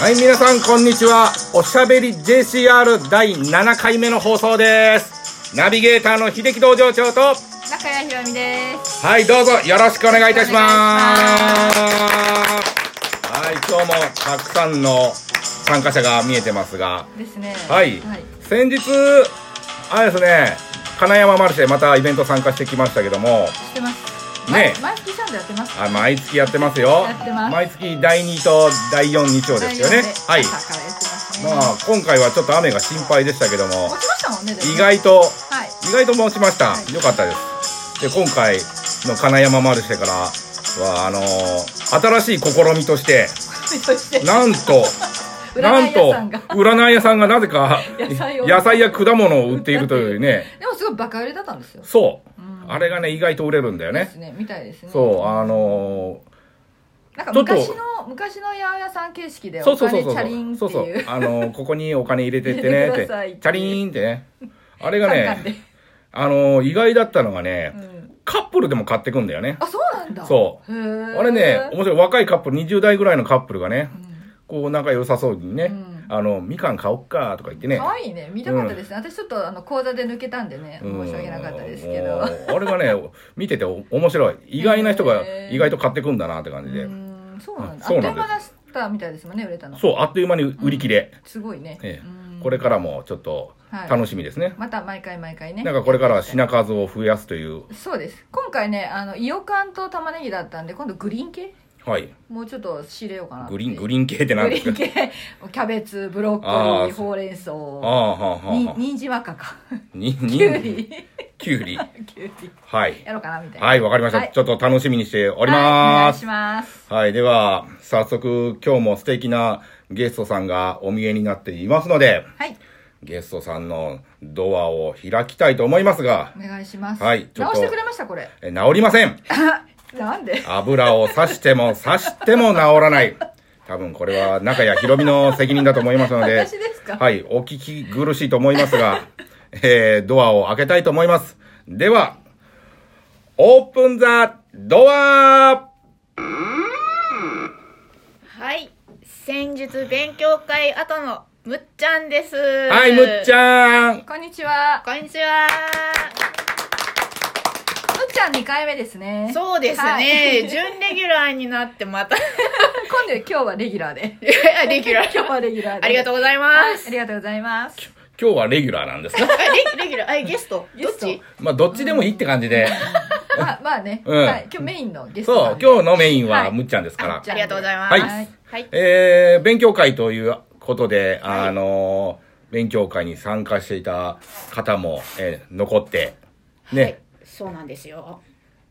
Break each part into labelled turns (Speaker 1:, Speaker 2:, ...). Speaker 1: はい、皆さん、こんにちは。おしゃべり JCR 第7回目の放送です。ナビゲーターの秀樹道場長と、
Speaker 2: 中谷ひろみです。
Speaker 1: はい、どうぞよろしくお願いいたします。はい、今日もたくさんの参加者が見えてますが、
Speaker 2: ですね。
Speaker 1: はい
Speaker 2: はい。
Speaker 1: 先日、あれですね、金山マルシェ、またイベント参加してきましたけども、
Speaker 2: してます。
Speaker 1: ね
Speaker 2: 毎毎月ちゃんとやってます。
Speaker 1: あ毎月やってますよ。
Speaker 2: やってます
Speaker 1: 毎月第2と第4日曜ですよね。はい。
Speaker 2: 朝からやってますね。
Speaker 1: まあ、今回はちょっと雨が心配でしたけども、
Speaker 2: 落ちましたもんね。でも
Speaker 1: 意。外と、
Speaker 2: はい。
Speaker 1: 意外と持ちました
Speaker 2: は。い
Speaker 1: よかったです。で、今回の金山マルシェからは、あのー新しい試みとして、
Speaker 2: そして。
Speaker 1: なん と、な
Speaker 2: 占
Speaker 1: ん
Speaker 2: い屋
Speaker 1: と
Speaker 2: さんが、
Speaker 1: 占い屋さんがなぜか、
Speaker 2: 野菜を
Speaker 1: 野菜や果物を売っているというね、
Speaker 2: でもすごいバカ売れだったんですよ。
Speaker 1: そう
Speaker 2: う。ん
Speaker 1: あれがね、意外と売れるんだよ
Speaker 2: で
Speaker 1: ね
Speaker 2: す。ね。みたいですね。
Speaker 1: そう、あの
Speaker 2: なんか
Speaker 1: ちょっと
Speaker 2: 昔の昔の八百屋さん形式で
Speaker 1: ー、そう
Speaker 2: お
Speaker 1: そうそう
Speaker 2: 金チ
Speaker 1: そう
Speaker 2: ャリンって
Speaker 1: そうそう
Speaker 2: いう。
Speaker 1: あのーここにお金入れてってねっ
Speaker 2: 入れて
Speaker 1: て
Speaker 2: くださいっていう
Speaker 1: チャリーンってねあれが
Speaker 2: カンカン
Speaker 1: ね
Speaker 2: で。
Speaker 1: あのー意外だったのがね、
Speaker 2: うん。
Speaker 1: カップルでも買ってくんだよね
Speaker 2: あ、そうなんだ。。
Speaker 1: そう
Speaker 2: へー
Speaker 1: あれね、面白い。若いカップル、20代ぐらいのカップルがね
Speaker 2: う、ん
Speaker 1: こう仲良さそうにね、
Speaker 2: うん
Speaker 1: あの、みかん買おっかとか言ってね。
Speaker 2: 可愛いね。見たかったですね。私ちょっとあの講座で抜けたんでね、
Speaker 1: うん
Speaker 2: 申し訳なかったですけ
Speaker 1: も
Speaker 2: ど。
Speaker 1: うあれがね、見ててお面白い。意外な人が
Speaker 2: へー
Speaker 1: 意外と買ってくんだなって感じで。
Speaker 2: うんそうなんだ。
Speaker 1: あ
Speaker 2: あ
Speaker 1: そ
Speaker 2: っ
Speaker 1: う
Speaker 2: と
Speaker 1: ないんです
Speaker 2: う間だったみたいですもんね、売れたの。
Speaker 1: そう、あっという間に売り切れ。
Speaker 2: すごいね。
Speaker 1: ええ
Speaker 2: うん
Speaker 1: これからもちょっと
Speaker 2: はい
Speaker 1: 楽しみですね。
Speaker 2: また毎回毎回ね。
Speaker 1: なんかこれからは品数を増やすという。
Speaker 2: そうです。今回ね、あの、イオカンと玉ねぎだったんで、今度グリーン系
Speaker 1: はい。
Speaker 2: もうちょっと仕入れようかな
Speaker 1: グリーン、グ
Speaker 2: リ
Speaker 1: リーン系って
Speaker 2: ーン。グ
Speaker 1: 何
Speaker 2: リ
Speaker 1: です
Speaker 2: ーン
Speaker 1: か
Speaker 2: 系。 キャベツ、ブロッ
Speaker 1: あ
Speaker 2: コリ
Speaker 1: ー
Speaker 2: ー、ほうれん
Speaker 1: あ
Speaker 2: 草、
Speaker 1: あ、はあ、はあ
Speaker 2: に
Speaker 1: はあ。
Speaker 2: 人参若か。
Speaker 1: に、
Speaker 2: き
Speaker 1: に
Speaker 2: ゅうり。
Speaker 1: きゅうり。
Speaker 2: きゅうり。
Speaker 1: はい。
Speaker 2: やろうかな、みたいな。
Speaker 1: はい、わかりました。
Speaker 2: はい
Speaker 1: ちょっと楽しみにしてお
Speaker 2: お
Speaker 1: ります。
Speaker 2: お願いします。
Speaker 1: はい。では、早速、今日も素敵なゲストさんがお見えになっていますので、
Speaker 2: はい。
Speaker 1: ゲストさんのドアを開きたいと思いますが
Speaker 2: お、願いします。
Speaker 1: はいちょっと
Speaker 2: 直してくれました、これ。
Speaker 1: え治りません。
Speaker 2: なんで
Speaker 1: 油を刺して も刺しても治らない。多分これは中谷ひろみの責任だと思いますので
Speaker 2: 私、ですか
Speaker 1: はい。お聞き苦しいと思いますが、えー、ドアを開けたいと思います。では、オープンザドア
Speaker 3: はい。先日勉強会後のむっちゃんです。は
Speaker 1: はい、むっち
Speaker 3: ん。
Speaker 1: ゃん
Speaker 2: こんにちは。
Speaker 3: こんにちは。
Speaker 2: むっちゃん2回目ですね。
Speaker 3: そうです
Speaker 2: はい
Speaker 3: ね。準レギュラーになってまた。い
Speaker 2: 今度、今日はレギュラーで。
Speaker 3: やレギュラ
Speaker 2: 今日
Speaker 3: ー。
Speaker 2: はレギュラーで。
Speaker 3: ありがとうござい
Speaker 2: は
Speaker 3: ま
Speaker 2: い
Speaker 3: す。
Speaker 2: ありがとうございます。
Speaker 1: 今日はレギュラーなんですか
Speaker 3: あレレギュラー、あ、ゲスト。
Speaker 2: ゲ
Speaker 3: どっ
Speaker 2: スト
Speaker 3: ち
Speaker 1: まあ、どっちでもいいって感じで。
Speaker 2: まあまあね、
Speaker 1: うん
Speaker 2: はい、今日メインのゲスト
Speaker 1: そ
Speaker 2: さ、
Speaker 1: うん
Speaker 2: で
Speaker 1: 今日のメイン
Speaker 2: は
Speaker 1: はいむっちゃんですか
Speaker 2: あ
Speaker 1: ら
Speaker 2: むっ。ち
Speaker 3: あ
Speaker 2: ゃん
Speaker 3: りがとうございます。
Speaker 1: はい
Speaker 2: はい。
Speaker 3: はい。
Speaker 1: えー、勉強会ということで、あのー勉強会に参加していた方も、えー残って、ね、
Speaker 3: はいそうなんですよ。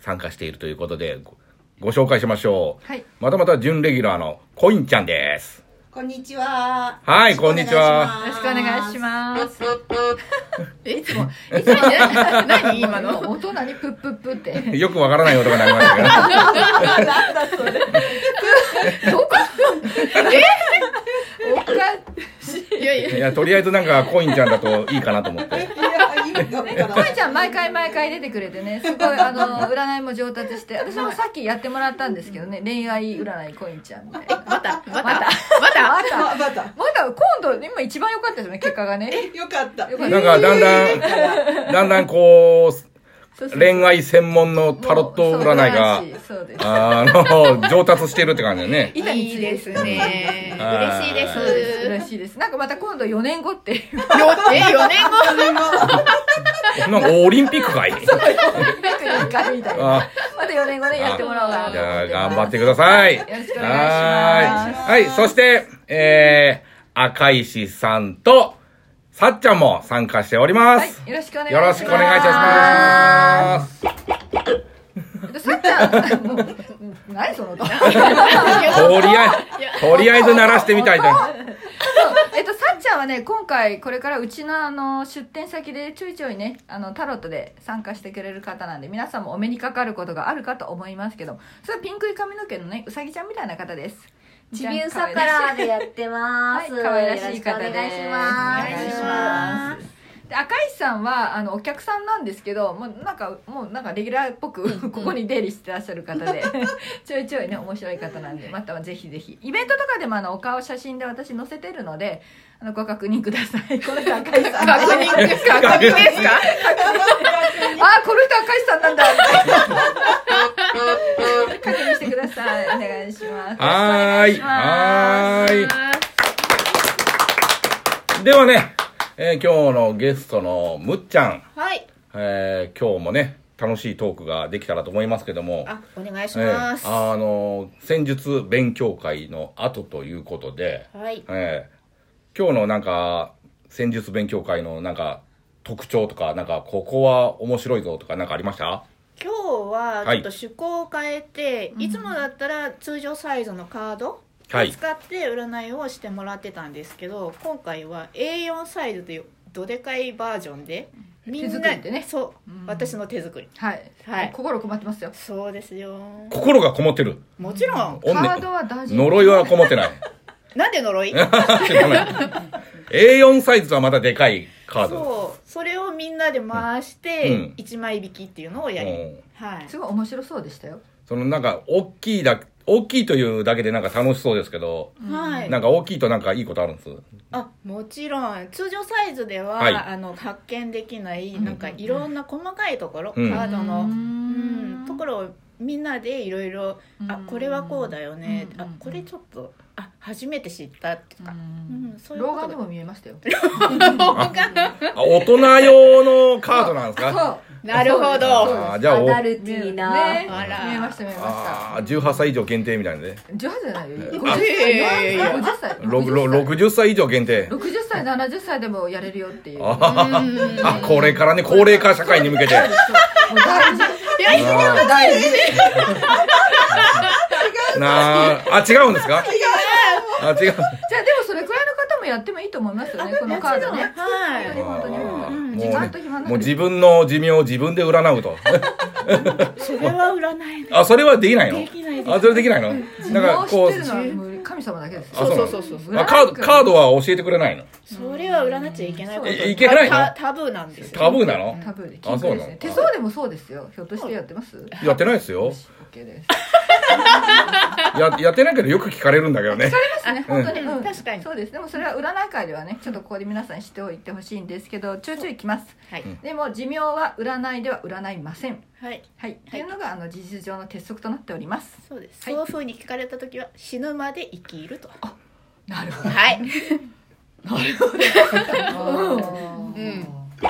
Speaker 1: 参加しているということで、ごご紹介しましょう。
Speaker 2: はい
Speaker 1: またまた準レギュラーのコインちゃんです。
Speaker 4: こんにちは。
Speaker 1: はいこんにちは
Speaker 2: よろしくお願いします。
Speaker 3: え、いつも。
Speaker 2: いつもね
Speaker 3: 何今の。
Speaker 2: もう音何プップップって。
Speaker 1: よくわからない音が鳴りましたけど、
Speaker 2: どこえおか
Speaker 3: いやい
Speaker 1: い
Speaker 3: や。
Speaker 1: や、とりあえずなんかコインちゃんだといいかなと思って。
Speaker 4: いや、今どうかな
Speaker 2: こいちゃん毎回毎回出てくれてね、すごいあの、占いも上達して、私もさっきやってもらったんですけどね、恋愛占いコインちゃんみたいな。
Speaker 3: また、また、
Speaker 2: また
Speaker 3: また。
Speaker 2: また
Speaker 4: あ、
Speaker 2: ま
Speaker 4: また。
Speaker 2: だ今度、今一番良かったですよね、結果がね。
Speaker 4: よかった。
Speaker 2: よかっ
Speaker 1: なんかだんだん、だんだんこ
Speaker 2: そう
Speaker 1: う、
Speaker 2: そう
Speaker 1: 恋愛専門のタロット占いが
Speaker 2: もう、そうそうです
Speaker 1: あの、上達してるって感じだね。
Speaker 2: 板に
Speaker 3: い
Speaker 2: つ
Speaker 3: い
Speaker 2: いて
Speaker 3: ですね。
Speaker 1: はい
Speaker 3: 嬉しいです。
Speaker 2: そうです嬉しいですなんかまた今度4年後っていう
Speaker 3: よえ、4年後
Speaker 1: なんかオリンピックかい
Speaker 2: なんかよくあるみたいな
Speaker 1: あ
Speaker 2: また4年後ねやってもらおうかな
Speaker 1: じ
Speaker 2: と思
Speaker 1: ゃ
Speaker 2: っ
Speaker 1: あ
Speaker 2: て
Speaker 1: 頑張って
Speaker 2: て
Speaker 1: ください。
Speaker 2: よろしくお願いします
Speaker 1: はーい。はい、そして、えー、赤石さんと、さっちゃんも参加しておりま
Speaker 2: はい
Speaker 1: す。
Speaker 2: よろしくお願いしま
Speaker 1: よ
Speaker 2: す
Speaker 1: ろしくお願いいたします。
Speaker 2: すさっちゃんもう何その音
Speaker 1: とりあえず、とりあえず鳴らしてみたいと。
Speaker 2: えっとさっちゃんはね今回これからうちのあの出店先でちょいちょいねあのタロットで参加してくれる方なんで皆さんもお目にかかることがあるかと思いますけどそれはピンクい髪の毛のねうさぎちゃんみたいな方です
Speaker 5: ちびうさカラーでやってま
Speaker 2: はい
Speaker 5: す。
Speaker 2: 可愛らしい方です
Speaker 5: よろしくお願いします。
Speaker 2: お願いしますでで赤石さんはあのお客さんなんですけどもうなんかもうなんかレギュラーっぽくここに出入りしてらっしゃる方で ちょいちょいね面白い方なんでまたはぜひぜひイベントとかでもあのお顔写真で私載せてるのであのご確認くださいこの人赤石さん
Speaker 3: 確
Speaker 2: あ
Speaker 3: 認ですか確認ですか
Speaker 2: この人赤石さんなんだ確認してくださいお願いします
Speaker 1: はーい。はーい。ではね、えー今日のゲストのむっちゃん、
Speaker 3: はい。
Speaker 1: えー今日もね、楽しいトークができたらと思いますけども、
Speaker 3: あ、お願いし
Speaker 1: えー
Speaker 3: ます。
Speaker 1: あの、戦術勉強会の後ということで、
Speaker 3: はい。
Speaker 1: えー今日のなんか、戦術勉強会のなんか、特徴とか、なんか、ここは面白いぞとか、なんかありました
Speaker 3: 今日は
Speaker 1: はい
Speaker 3: ちょっと趣向を変えて、い、つもだったら通常サイズのカードを
Speaker 1: はい
Speaker 3: 使って占いをしてもらってたんですけど、今回は A4 サイズというどでかいバージョンでみん
Speaker 2: 手
Speaker 3: な
Speaker 2: 作りでね
Speaker 3: そう、
Speaker 2: うん
Speaker 3: 私の手作り
Speaker 2: はい、
Speaker 3: はい
Speaker 2: 心困ってますよ
Speaker 3: そうですよ
Speaker 1: 心がこもってる。
Speaker 3: もちろ
Speaker 2: カ
Speaker 3: ん
Speaker 1: おんね
Speaker 2: ードは大事
Speaker 1: 呪いはこもってない。
Speaker 3: なん で呪い
Speaker 1: ごめん A4 サイズはまたでかいカード。
Speaker 3: そうそれをみんなで回して
Speaker 1: うん
Speaker 3: 1枚引きっていうのをやり、
Speaker 1: うん
Speaker 3: はい
Speaker 2: すごい面白そうでしたよ
Speaker 1: そのなんか大きいだ大きいというだけでなんか楽しそうですけど、
Speaker 3: はい
Speaker 1: なんか大きいとなんかいいことあるんです。
Speaker 3: あもちろん通常サイズでは、
Speaker 1: はい
Speaker 3: あの発見できない
Speaker 2: ん
Speaker 3: なんかいろんな細かいところ、
Speaker 1: うん
Speaker 3: カード
Speaker 2: う
Speaker 3: の、
Speaker 2: ん
Speaker 3: うんところをみんなでいろいろ「あ
Speaker 2: うん
Speaker 3: これはこうだよね」
Speaker 2: うん
Speaker 3: あこれちょっとあ初めて知った」とか、うんそういうこ
Speaker 2: 老眼
Speaker 3: と
Speaker 2: でも見えま したよ。
Speaker 1: あ、大人用のカードなんですか。
Speaker 2: う
Speaker 3: なるほ
Speaker 1: う
Speaker 3: ど
Speaker 1: あーじゃあお
Speaker 5: アダルテ
Speaker 2: 見
Speaker 5: ィ
Speaker 2: え
Speaker 5: ー
Speaker 2: ま
Speaker 5: な、
Speaker 2: ね
Speaker 3: あら
Speaker 2: 見えました見えま
Speaker 1: ああ、
Speaker 2: し
Speaker 1: 18歳以上限定みたいなね。
Speaker 2: た。十八じゃないよ。50
Speaker 1: あ
Speaker 2: 歳、
Speaker 3: いやいやいや
Speaker 2: 50歳、
Speaker 1: 六六十歳以上限定。
Speaker 2: 六十歳、七十歳でもやれるよっていう。
Speaker 1: あはは
Speaker 3: うん
Speaker 1: あ、これからね高齢化社会に向けて。
Speaker 2: そうもう大事。
Speaker 3: いやいや
Speaker 2: 大事。
Speaker 1: なあ、あ違うんですか。あ違う。
Speaker 2: じゃあでもそれくらいの方もやってもいいと思いますよね。このカードね。
Speaker 3: はい
Speaker 2: 本当に本当に
Speaker 1: もう
Speaker 2: 時間と
Speaker 1: ね
Speaker 2: 暇な、んで
Speaker 1: もう自分の寿命を自分で占うと。
Speaker 3: それは占い
Speaker 1: あ、それはできないの
Speaker 3: できないです
Speaker 1: あ、それできないのなんか
Speaker 2: こ
Speaker 1: こ
Speaker 2: う
Speaker 1: う
Speaker 2: 知ってるのは無理神様だけですよ。
Speaker 1: あそうなの
Speaker 3: そうそうそう
Speaker 1: あカード、カードは教えてくれないの
Speaker 3: それは占っちゃいけないこと
Speaker 1: いいけないの
Speaker 3: タタブーなんですよ
Speaker 1: タブーなの
Speaker 2: タブーで禁
Speaker 1: あそう
Speaker 2: 句
Speaker 1: なの
Speaker 2: ですね。手相でもそうですよ。ひょっとしてやってます？オッ
Speaker 1: やってないですよ。
Speaker 2: ケーです。
Speaker 1: や、やってないけどよく聞かれるんだけどね。
Speaker 2: ね、本当に、
Speaker 3: うん
Speaker 2: うん
Speaker 3: 確かに
Speaker 2: そうですでもそれは占い界ではねちょっとここで皆さんに知っておいてほしいんですけどちょいちょい来ます
Speaker 3: はい、
Speaker 2: でも寿命は占いでは占いません
Speaker 3: はい
Speaker 2: はい、っていうのがあの事実上の鉄則となっております
Speaker 3: そうで
Speaker 2: は
Speaker 3: す、
Speaker 2: い
Speaker 3: そういうふうに聞かれた時は死ぬまで生きると
Speaker 2: なる ほ
Speaker 3: はい
Speaker 2: ど、
Speaker 3: うん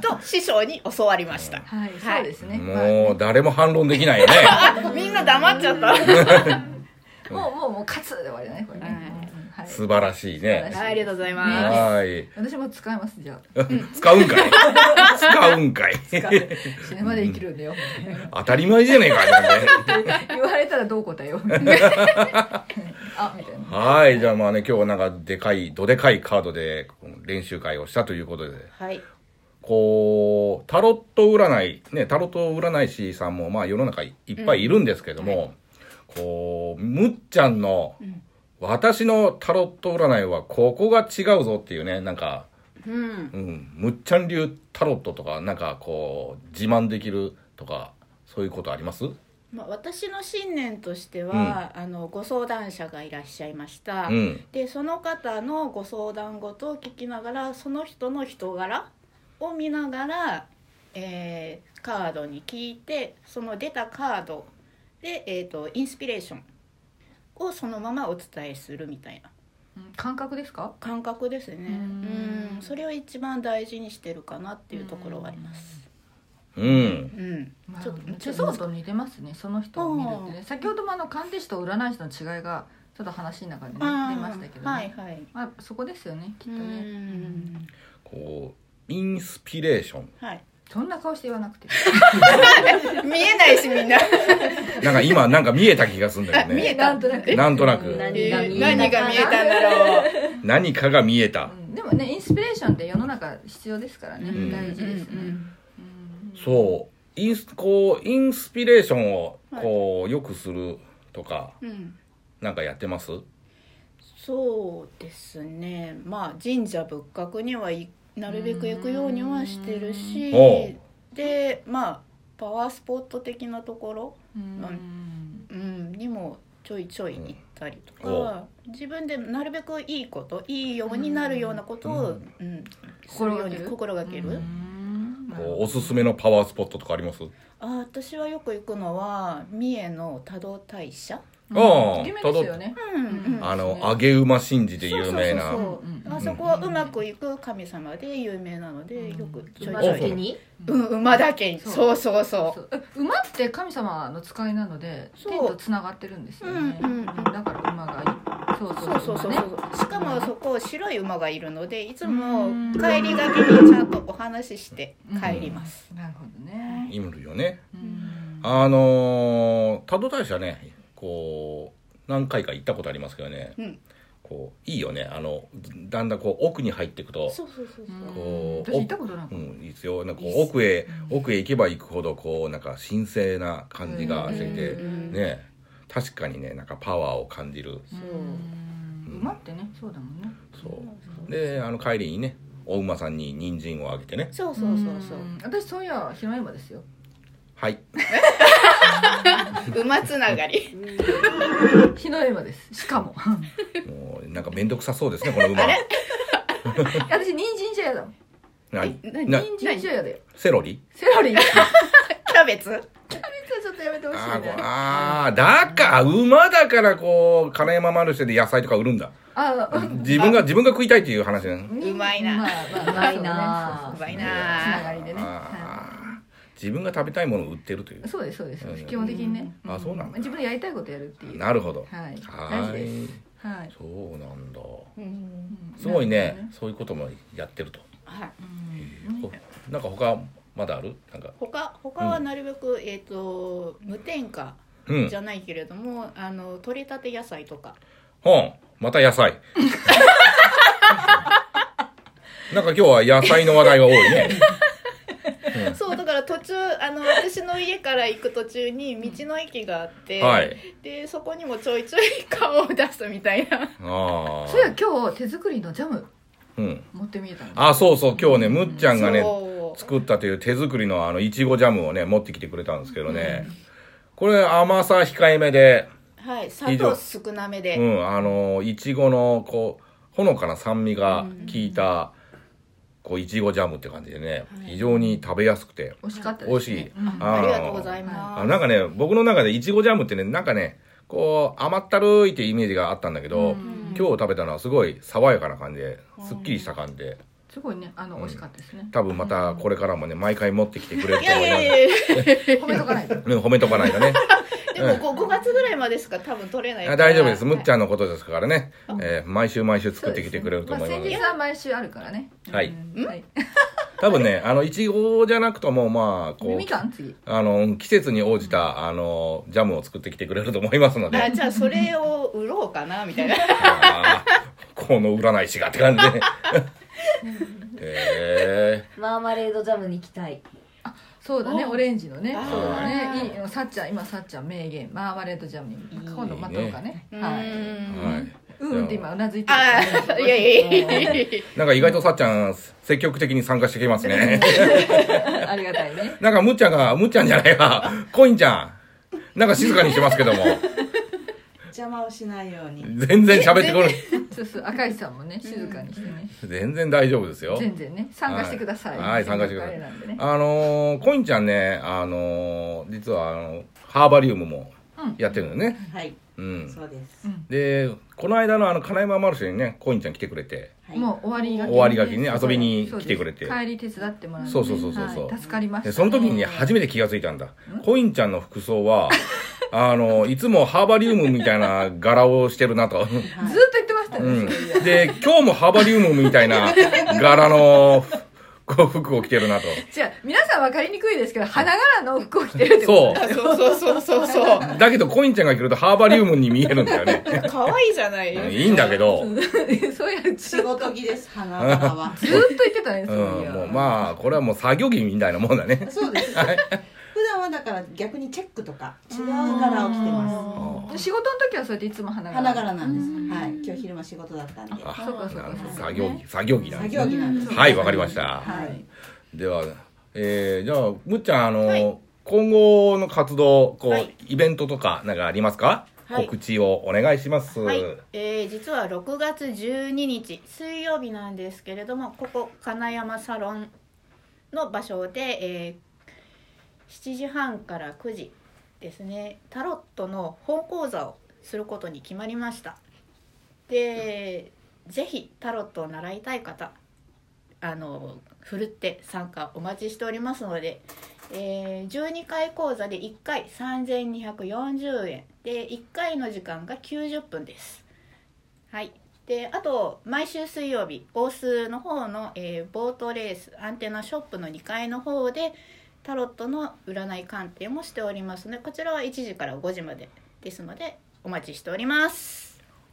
Speaker 3: と師匠に教わりました
Speaker 2: はい、そうですね、まあ
Speaker 1: もう、誰も反論できないよね。
Speaker 3: あみんな黙っちゃった
Speaker 2: もうもうもう勝つで終わりだねこれね、はい
Speaker 1: 素晴らしいね。
Speaker 3: はいありがとうございます
Speaker 1: はーい。
Speaker 2: 私も使いますじゃあ
Speaker 1: 使うんかい。使うんかい。
Speaker 2: 死ぬまで生きるんだよ
Speaker 1: 当たり前じゃねえか、ね、
Speaker 2: 言われたらどう答えよう あみたいな
Speaker 1: はい。じゃあまあね、今日はなんかでかい、どでかいカードで練習会をしたということで。
Speaker 3: はい
Speaker 1: こう、タロット占い、ね、タロット占い師さんも、まあ、世の中いっぱいいるんですけども、こう、むっちゃんの、私のタロット占いは、ここが違うぞっていうね、なんか、
Speaker 4: うん。
Speaker 1: うん、むっちゃん流タロットとか、なんか、こう、自慢できるとか、そういうことあります
Speaker 3: まあ、私の信念としては、あのご相談者がいらっしゃいました、
Speaker 1: うん。
Speaker 3: でその方のご相談事を聞きながらその人の人柄を見ながら、えーカードに聞いてその出たカードで、えー、とインスピレーションをそのままお伝えするみたいな
Speaker 2: うん感覚ですか
Speaker 3: 感覚ですね
Speaker 2: うん
Speaker 3: うんそれを一番大事にしてるかなっていうところはあります
Speaker 1: うん。
Speaker 3: うん
Speaker 2: まあ
Speaker 3: ちょっと
Speaker 2: 手
Speaker 3: ちょっと
Speaker 2: 相と似てますねその人を見るってね先ほどもあの鑑定士と占い師の違いがちょっと話の中で、ね、出ましたけど、ね
Speaker 3: はいはい
Speaker 2: まあ、そこですよねきっ
Speaker 3: う
Speaker 2: とね
Speaker 3: ん
Speaker 1: こう、インスピレーション。
Speaker 3: はい
Speaker 2: そんな顔して言わなくて
Speaker 3: 見えないしみんな
Speaker 1: なんか今、なんか見えた気がするんだけど
Speaker 3: 見え
Speaker 1: ね。
Speaker 3: た
Speaker 2: なんとなく
Speaker 1: なんとなく、
Speaker 5: 何が見
Speaker 3: 何
Speaker 5: えた
Speaker 3: が見えたんだろう
Speaker 1: 何かが見えた。
Speaker 2: うんでもねインスピレーションって世の中必要ですからね、
Speaker 1: うん
Speaker 2: 大事ですね、
Speaker 3: うんうん
Speaker 1: そうインスこうインスピレーションを
Speaker 3: はい
Speaker 1: こう良くするとか
Speaker 3: うん
Speaker 1: なんかやってます
Speaker 3: そうですねまあ神社仏閣には行なるべく行くようにはしてるし
Speaker 1: おう
Speaker 3: でまあパワースポット的なところ、
Speaker 2: うん
Speaker 3: うん、にもちょいちょい行ったりと
Speaker 1: うんお
Speaker 3: か、自分でなるべくいいこといいようになるようなことを、
Speaker 1: う
Speaker 3: うんんするように心がける、
Speaker 2: うんなるほ
Speaker 1: こ
Speaker 2: ど
Speaker 1: うおすすめのパワースポットとかあります
Speaker 3: あー私はよく行くのは三重の多動大社、
Speaker 1: ああ
Speaker 2: 有名ですよね
Speaker 3: うんうん
Speaker 1: あの
Speaker 2: そう
Speaker 1: 上げ馬神事で有名な
Speaker 3: そうそ
Speaker 2: う
Speaker 3: う
Speaker 2: んうん
Speaker 3: そううんあそこはうまくいく神様で有名なので
Speaker 2: うん
Speaker 3: よくちょい
Speaker 4: 馬
Speaker 3: ちょ
Speaker 4: だ
Speaker 1: お
Speaker 4: け
Speaker 3: い、
Speaker 4: に
Speaker 3: うん、馬だけに
Speaker 2: そ
Speaker 3: そうそうそう
Speaker 2: そうえ馬って神様の使いなので
Speaker 3: そう
Speaker 2: 天とつながってるんですよね
Speaker 3: うんうんうん
Speaker 2: だから馬がいいそう
Speaker 3: そうそうそうそう
Speaker 2: 馬ね
Speaker 3: そうしかもそこ白い馬がいるのでいつ
Speaker 2: う
Speaker 3: も
Speaker 2: ん
Speaker 3: 帰りがけにちゃんとお話しして帰ります、
Speaker 2: なるほどね
Speaker 1: いるよね
Speaker 2: うん
Speaker 1: あのー多度大社ねこう何回か行ったことありますけどね
Speaker 3: うん
Speaker 1: こういいよねあのだんだんこう奥に入っていくと
Speaker 3: そうそうそうそう
Speaker 1: こう
Speaker 2: 私行ったことな
Speaker 1: う
Speaker 2: い
Speaker 1: んいいですよなんかこ
Speaker 3: いいうっす
Speaker 1: 奥へ奥へ行けば行くほどこうなんか神聖な感じがしていて
Speaker 3: うん
Speaker 1: ね確かにねなんかパワーを感じる
Speaker 3: そう
Speaker 2: うん馬ってねそうだもんね
Speaker 1: そうであの帰りにねお馬さんに人参をあげてね
Speaker 3: そうそうそうそ
Speaker 2: ん私そういや広い馬ですよ
Speaker 1: はい、
Speaker 3: う馬つながり
Speaker 2: 広い馬ですしか も
Speaker 1: もうなんか面倒くさそうですねこの 馬
Speaker 2: 私人参じゃやだもん
Speaker 1: はい
Speaker 3: 何
Speaker 1: な
Speaker 2: 人参じゃやだよ
Speaker 1: セロリ
Speaker 2: セロリキャベ
Speaker 3: キャベツ
Speaker 2: ツはちょっとやめてほしい
Speaker 1: あーこう
Speaker 2: ね
Speaker 1: あーだから馬だからこう金山マルシェで野菜とか売るんだ
Speaker 2: あうん
Speaker 1: 自分が自分が食いたいっていう話だね
Speaker 3: うまいな
Speaker 2: まあまあまあ
Speaker 4: う
Speaker 2: そう
Speaker 3: う
Speaker 4: まいな
Speaker 2: そう
Speaker 3: まい
Speaker 2: つなが
Speaker 3: な
Speaker 2: りでねは
Speaker 1: あー自分が食べたいものを売ってるという
Speaker 2: いそうですそうです
Speaker 1: うん
Speaker 2: 基本的にね
Speaker 1: あそうなんだ
Speaker 2: 自分でやりたいことやるっていう
Speaker 1: なるほど
Speaker 2: はい大
Speaker 1: は
Speaker 2: 事です
Speaker 1: ーい
Speaker 2: はい
Speaker 1: そうなんだ
Speaker 3: うん
Speaker 2: うん
Speaker 1: すごい
Speaker 2: なるほど
Speaker 1: ねそういうこともやってると
Speaker 3: はい
Speaker 2: うん
Speaker 1: おなんか他まだあるなんか
Speaker 3: 他他はなるべく、えっ、と無添加
Speaker 1: うん
Speaker 3: じゃないけれども、あの取れたて野菜とか
Speaker 1: うんまた野菜なんか今日は野菜の話題が多いね
Speaker 3: そうだから途中あの私の家から行く途中に道の駅があって、
Speaker 1: はい
Speaker 3: でそこにもちょいちょい顔を出すみたいな
Speaker 1: ああ
Speaker 2: そういや今日手作りのジャム
Speaker 1: うん
Speaker 2: 持ってみえたの
Speaker 1: あそうそう今日ねむっちゃんがね
Speaker 3: そう
Speaker 1: 作ったという手作りのあのいちごジャムをね持ってきてくれたんですけどね、これ甘さ控えめで
Speaker 3: はい砂糖少なめで、
Speaker 1: うんあのいちごのこうほのかな酸味が効いた、こういちごジャムって感じでね、
Speaker 3: はい
Speaker 1: 非常に食べやすくて
Speaker 2: 美味しかった
Speaker 1: 美
Speaker 2: で
Speaker 1: 味
Speaker 2: す
Speaker 1: しい
Speaker 2: ねうん
Speaker 1: あ
Speaker 3: ありがとうございます
Speaker 1: あなんかね僕の中でいちごジャムってねなんかねこう甘ったるいってイメージがあったんだけど、
Speaker 2: うん
Speaker 1: 今日食べたのはすごい爽やかな感じですっきりした感じです
Speaker 2: ごいねあの美味しかったですね
Speaker 1: 多分またこれからもね毎回持ってきてくれると
Speaker 3: いや
Speaker 1: 思
Speaker 3: い
Speaker 1: いま
Speaker 3: や
Speaker 1: す
Speaker 3: いやい
Speaker 2: 褒めとかないと
Speaker 1: うん、褒めとかないとね。
Speaker 3: やでも 5, 月ぐらいまでしか多分取れないから
Speaker 1: あ大丈夫です。むっち
Speaker 3: ゃ
Speaker 1: ゃんのことですからね。えー毎週毎週 作ってきてくれると思い
Speaker 2: そ
Speaker 1: ま
Speaker 2: う
Speaker 1: す
Speaker 2: ですね。まあ、先日は毎週あるからね
Speaker 1: はい
Speaker 2: うんはい
Speaker 1: 多分ね、あの、いちごじゃなくとも、まあ、こ
Speaker 2: み
Speaker 1: う、
Speaker 2: かん次
Speaker 1: あの、季節に応じた、あの、ジャムを作ってきてくれると思いますので、
Speaker 3: あじゃあそれを売ろうかなみたいな
Speaker 1: あーこの占い師がって感じで。え
Speaker 4: マーマレードジャムに行きたい
Speaker 2: そうだね
Speaker 3: お
Speaker 2: オレンジのね
Speaker 3: あー
Speaker 2: そうだねいいさっちゃん今さっちゃん名言マーマレードジャムに今度またおうかね
Speaker 3: う
Speaker 2: はい
Speaker 1: ー
Speaker 3: ん
Speaker 1: はい。
Speaker 2: うんうんって今うなずいて
Speaker 3: あーいやいやいやいやいや
Speaker 1: なんか意外とさっちゃん、積極的に参加してきますね。
Speaker 2: や ありがたいね
Speaker 1: なんかむっちゃんが、むっちゃんじゃないわ、コインちゃん。なんか静かにしてますけども、
Speaker 4: 邪魔をしないように
Speaker 1: 全然喋ってこない。
Speaker 2: そうそう赤石さんもね静かにしてね
Speaker 1: 全然大丈夫ですよ。
Speaker 2: 全然ね参加してください
Speaker 1: はいはい参加してください
Speaker 2: あれなんでね
Speaker 1: あのー、コインちゃんね、あのー、実はあのハーバリウムも
Speaker 2: うん
Speaker 1: やってるのね。
Speaker 4: はい
Speaker 1: うん。
Speaker 4: そうです
Speaker 2: うん
Speaker 1: で、この間のあの金山マルシェにね、コインちゃん来てくれて、
Speaker 4: はい
Speaker 2: もう終わりがけにね
Speaker 1: 終わりがけにね
Speaker 2: そう
Speaker 1: 遊びに
Speaker 2: そうです
Speaker 1: 来てくれて
Speaker 2: 帰り手伝ってもらって
Speaker 1: そうそうそうそうそう
Speaker 2: はい助かりまし
Speaker 1: で
Speaker 2: たね
Speaker 1: その時にね、初めて気がついたんだ。コインちゃんの服装は、 あのー、いつもハーバリウムみたいな柄をしてるな と。
Speaker 2: ずっと言ってました
Speaker 1: う
Speaker 2: ね
Speaker 1: ん、で、今日もハーバリウムみたいな柄のこう服を着てるなと。
Speaker 2: じゃあ皆さん分かりにくいですけど花柄の服を着てるってこと
Speaker 1: そう。
Speaker 3: そうそうそうそうそう
Speaker 1: だけどコインちゃんが着るとハーバリウムに見えるんだよね。
Speaker 3: 可愛いじゃない
Speaker 1: うんいいんだけど。
Speaker 2: そう そうやるず
Speaker 4: 仕
Speaker 2: っと
Speaker 4: 事着です花柄は
Speaker 2: ずっと言ってたね
Speaker 1: う
Speaker 2: そうい
Speaker 1: ん、
Speaker 2: や
Speaker 1: もうまあこれはもう作業着みたいなもんだね
Speaker 4: そうです普段は
Speaker 5: だから逆にチェックとか違う柄を着てます
Speaker 1: あ
Speaker 2: 仕事の時はそうやっていつも花柄
Speaker 5: 花柄なんです
Speaker 2: うん
Speaker 5: はい今日昼間仕事だったんで
Speaker 1: あ
Speaker 2: そうかそう
Speaker 1: な
Speaker 2: か
Speaker 1: るほ
Speaker 2: そ
Speaker 1: ど
Speaker 2: うか
Speaker 1: 作業着作業着なん
Speaker 5: 作
Speaker 1: ですね
Speaker 5: 業着なんです
Speaker 1: はいわかりました
Speaker 5: はい
Speaker 1: では、えー、じゃあむっちゃんあの、
Speaker 3: はい
Speaker 1: 今後の活動こう、
Speaker 3: はい
Speaker 1: イベントとかなんかありますか、
Speaker 3: はい
Speaker 1: 告知をお願いします、
Speaker 3: はい、えー実は6月12日水曜日なんですけれどもここ金山サロンの場所で、えー7時半から9時ですねタロットの本講座をすることに決まりましたでぜひタロットを習いたい方あのふるって参加お待ちしておりますので、えー12回講座で1回3240円で1回の時間が90分ですはいであと毎週水曜日大須の方の、えーボートレースアンテナショップの2階の方でタロットの占い鑑定もしておりますのでこちらは1時から5時までですのでお待ちしております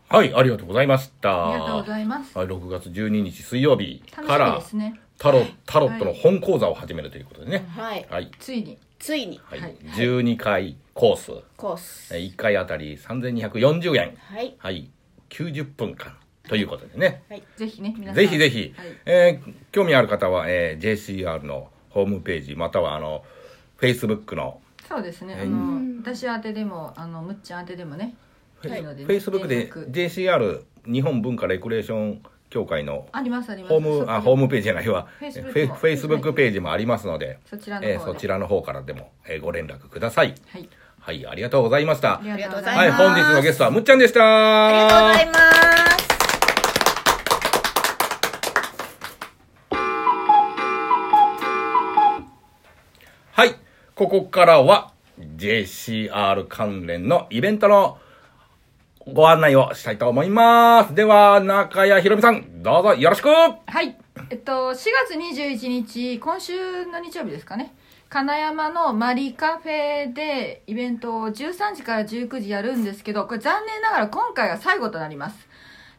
Speaker 1: はい、ありがとうございました。
Speaker 2: ありがとうございます
Speaker 1: はい、6月12日水曜日か
Speaker 2: 楽しみ
Speaker 1: ら
Speaker 2: ですね
Speaker 1: タロタロットの本講座を始めるということでね。
Speaker 3: はい
Speaker 1: はい、
Speaker 2: ついに
Speaker 3: ついに
Speaker 1: はい、
Speaker 2: はい
Speaker 1: 12回コース、
Speaker 3: コース
Speaker 1: え1回あたり3240円、
Speaker 3: はい
Speaker 1: はい、90分間ということでね。
Speaker 2: ぜひね皆さん
Speaker 1: ぜひぜひ、
Speaker 2: はい
Speaker 1: えー興味ある方は、えー JCR のホームページまたはあの Facebook の
Speaker 2: そうですね、
Speaker 1: はい
Speaker 2: あ
Speaker 3: う
Speaker 2: の
Speaker 3: ん
Speaker 2: 私宛てでもあのむっちゃん宛てでもね
Speaker 3: はい
Speaker 2: いいのでね
Speaker 1: Facebook
Speaker 2: 連
Speaker 1: で
Speaker 2: 絡
Speaker 1: JCR 日本文化レクレーション協会の
Speaker 2: ありますあります
Speaker 1: ホームあホー
Speaker 2: ム
Speaker 1: ムページじゃないわフェ
Speaker 2: Facebook も
Speaker 1: イスブックページもありますので、
Speaker 2: そちらの
Speaker 1: えー
Speaker 2: 方
Speaker 1: そ
Speaker 2: で
Speaker 1: ちらの方からでも、えーご連絡ください
Speaker 2: はい
Speaker 1: はいありがとうございました
Speaker 2: ありがとうござ
Speaker 1: はいい
Speaker 2: ます、
Speaker 1: 本日のゲストはむっちゃんでした
Speaker 3: ありがとうございます
Speaker 1: はいここからは JCR 関連のイベントのご案内をしたいと思いますでは中谷ひろみさんどうぞよろしく
Speaker 2: はい。えっと、4月21日、今週の日曜日ですかね。金山のマリカフェでイベントを13時から19時やるんですけど、これ残念ながら今回が最後となります。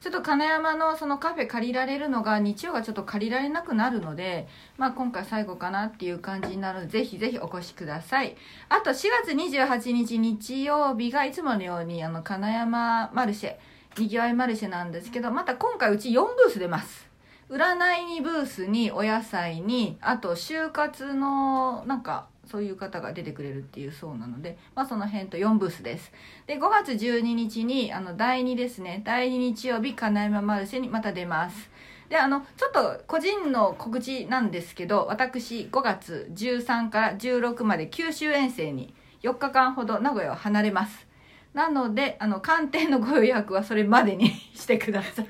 Speaker 2: ちょっと金山のそのカフェ借りられるのが日曜がちょっと借りられなくなるので、まあ今回最後かなっていう感じになるので、ぜひぜひお越しください。あと4月28日日曜日がいつものようにあの金山マルシェ、にぎわいマルシェなんですけど、また今回うち4ブース出ます。占いにブースにお野菜にあと就活のなんかそういう方が出てくれるっていうそうなので、まあ、その辺と4ブースですで5月12日にあの第2ですね第2日曜日金山マルシェにまた出ますであのちょっと個人の告知なんですけど私5月13から16まで九州遠征に4日間ほど名古屋を離れますなのであの鑑定のご予約はそれまでに してください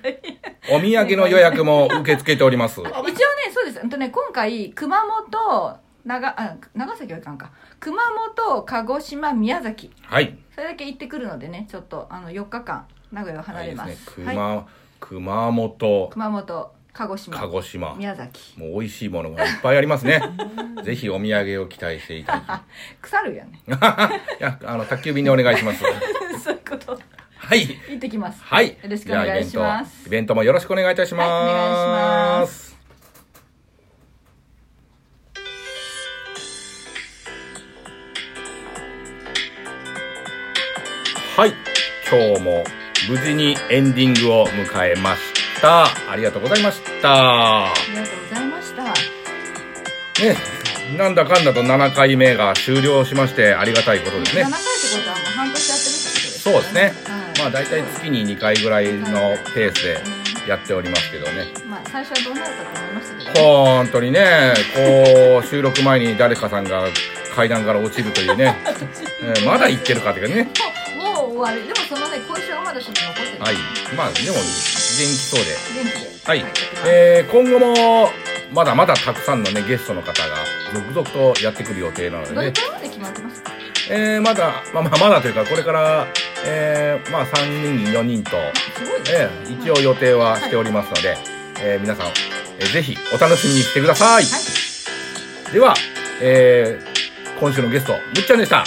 Speaker 1: お土産の予約も受け付けております
Speaker 2: 一応ねそうですうんとね今回熊本長あ長崎はいかんか熊本鹿児島宮崎
Speaker 1: はい
Speaker 2: それだけ行ってくるのでねちょっとあの4日間名古屋を離れま
Speaker 1: いいですすね
Speaker 2: はい、
Speaker 1: 熊熊本
Speaker 2: 熊本鹿児島
Speaker 1: 鹿児島
Speaker 2: 宮崎
Speaker 1: もう美味しいものがいっぱいありますね。ぜひお土産を期待していただき。
Speaker 2: 腐るやね
Speaker 1: いや、あの、宅急便でお願いします。
Speaker 2: そういうこと
Speaker 1: はい。
Speaker 2: 行ってきます
Speaker 1: はい。
Speaker 2: よろしくお願いし
Speaker 1: じゃあ
Speaker 2: ま
Speaker 1: イベント、
Speaker 2: す
Speaker 1: イベントもよろしくお願いいたします。。
Speaker 2: はいお願いします
Speaker 1: はい。今日も無事にエンディングを迎えました。ありがとうございました。
Speaker 2: ありがとうございました
Speaker 1: ね、なんだかんだと7回目が終了しましてありがたいことですね
Speaker 2: 7回ってことはもう半年やってるってことです
Speaker 1: そうですね
Speaker 2: はい
Speaker 1: まあ大体月に2回ぐらいのペースでやっておりますけどね
Speaker 2: まあ最初はどうなるかと思いましたけどね
Speaker 1: 本当にねこう収録前に誰かさんが階段から落ちるという ね、えーまだ行ってるかというかね
Speaker 2: もうもう終わりでもそのね今週はまだちょっと残ってる
Speaker 1: はいまあでも元気そうで
Speaker 2: 元気で
Speaker 1: はい
Speaker 2: やってきます
Speaker 1: えー今後もまだまだたくさんのねゲストの方が続々とやってくる予定なので
Speaker 2: どれ
Speaker 1: ね
Speaker 2: くらいまで決まってますか
Speaker 1: えーまだ、まあ、まあまだというか、これから、えーまあ、3人、4人と、
Speaker 2: すごいですね
Speaker 1: えー一応予定はしておりますので、えー皆さん、えーぜひお楽しみにしてください。では、えー今週のゲスト、むっちゃんでした。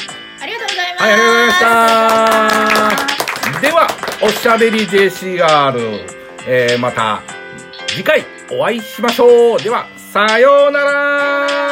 Speaker 3: ありがとうございます、
Speaker 1: はい、ありがとうございました。では、おしゃべり JCR、えーまた次回お会いしましょう。では、さようなら。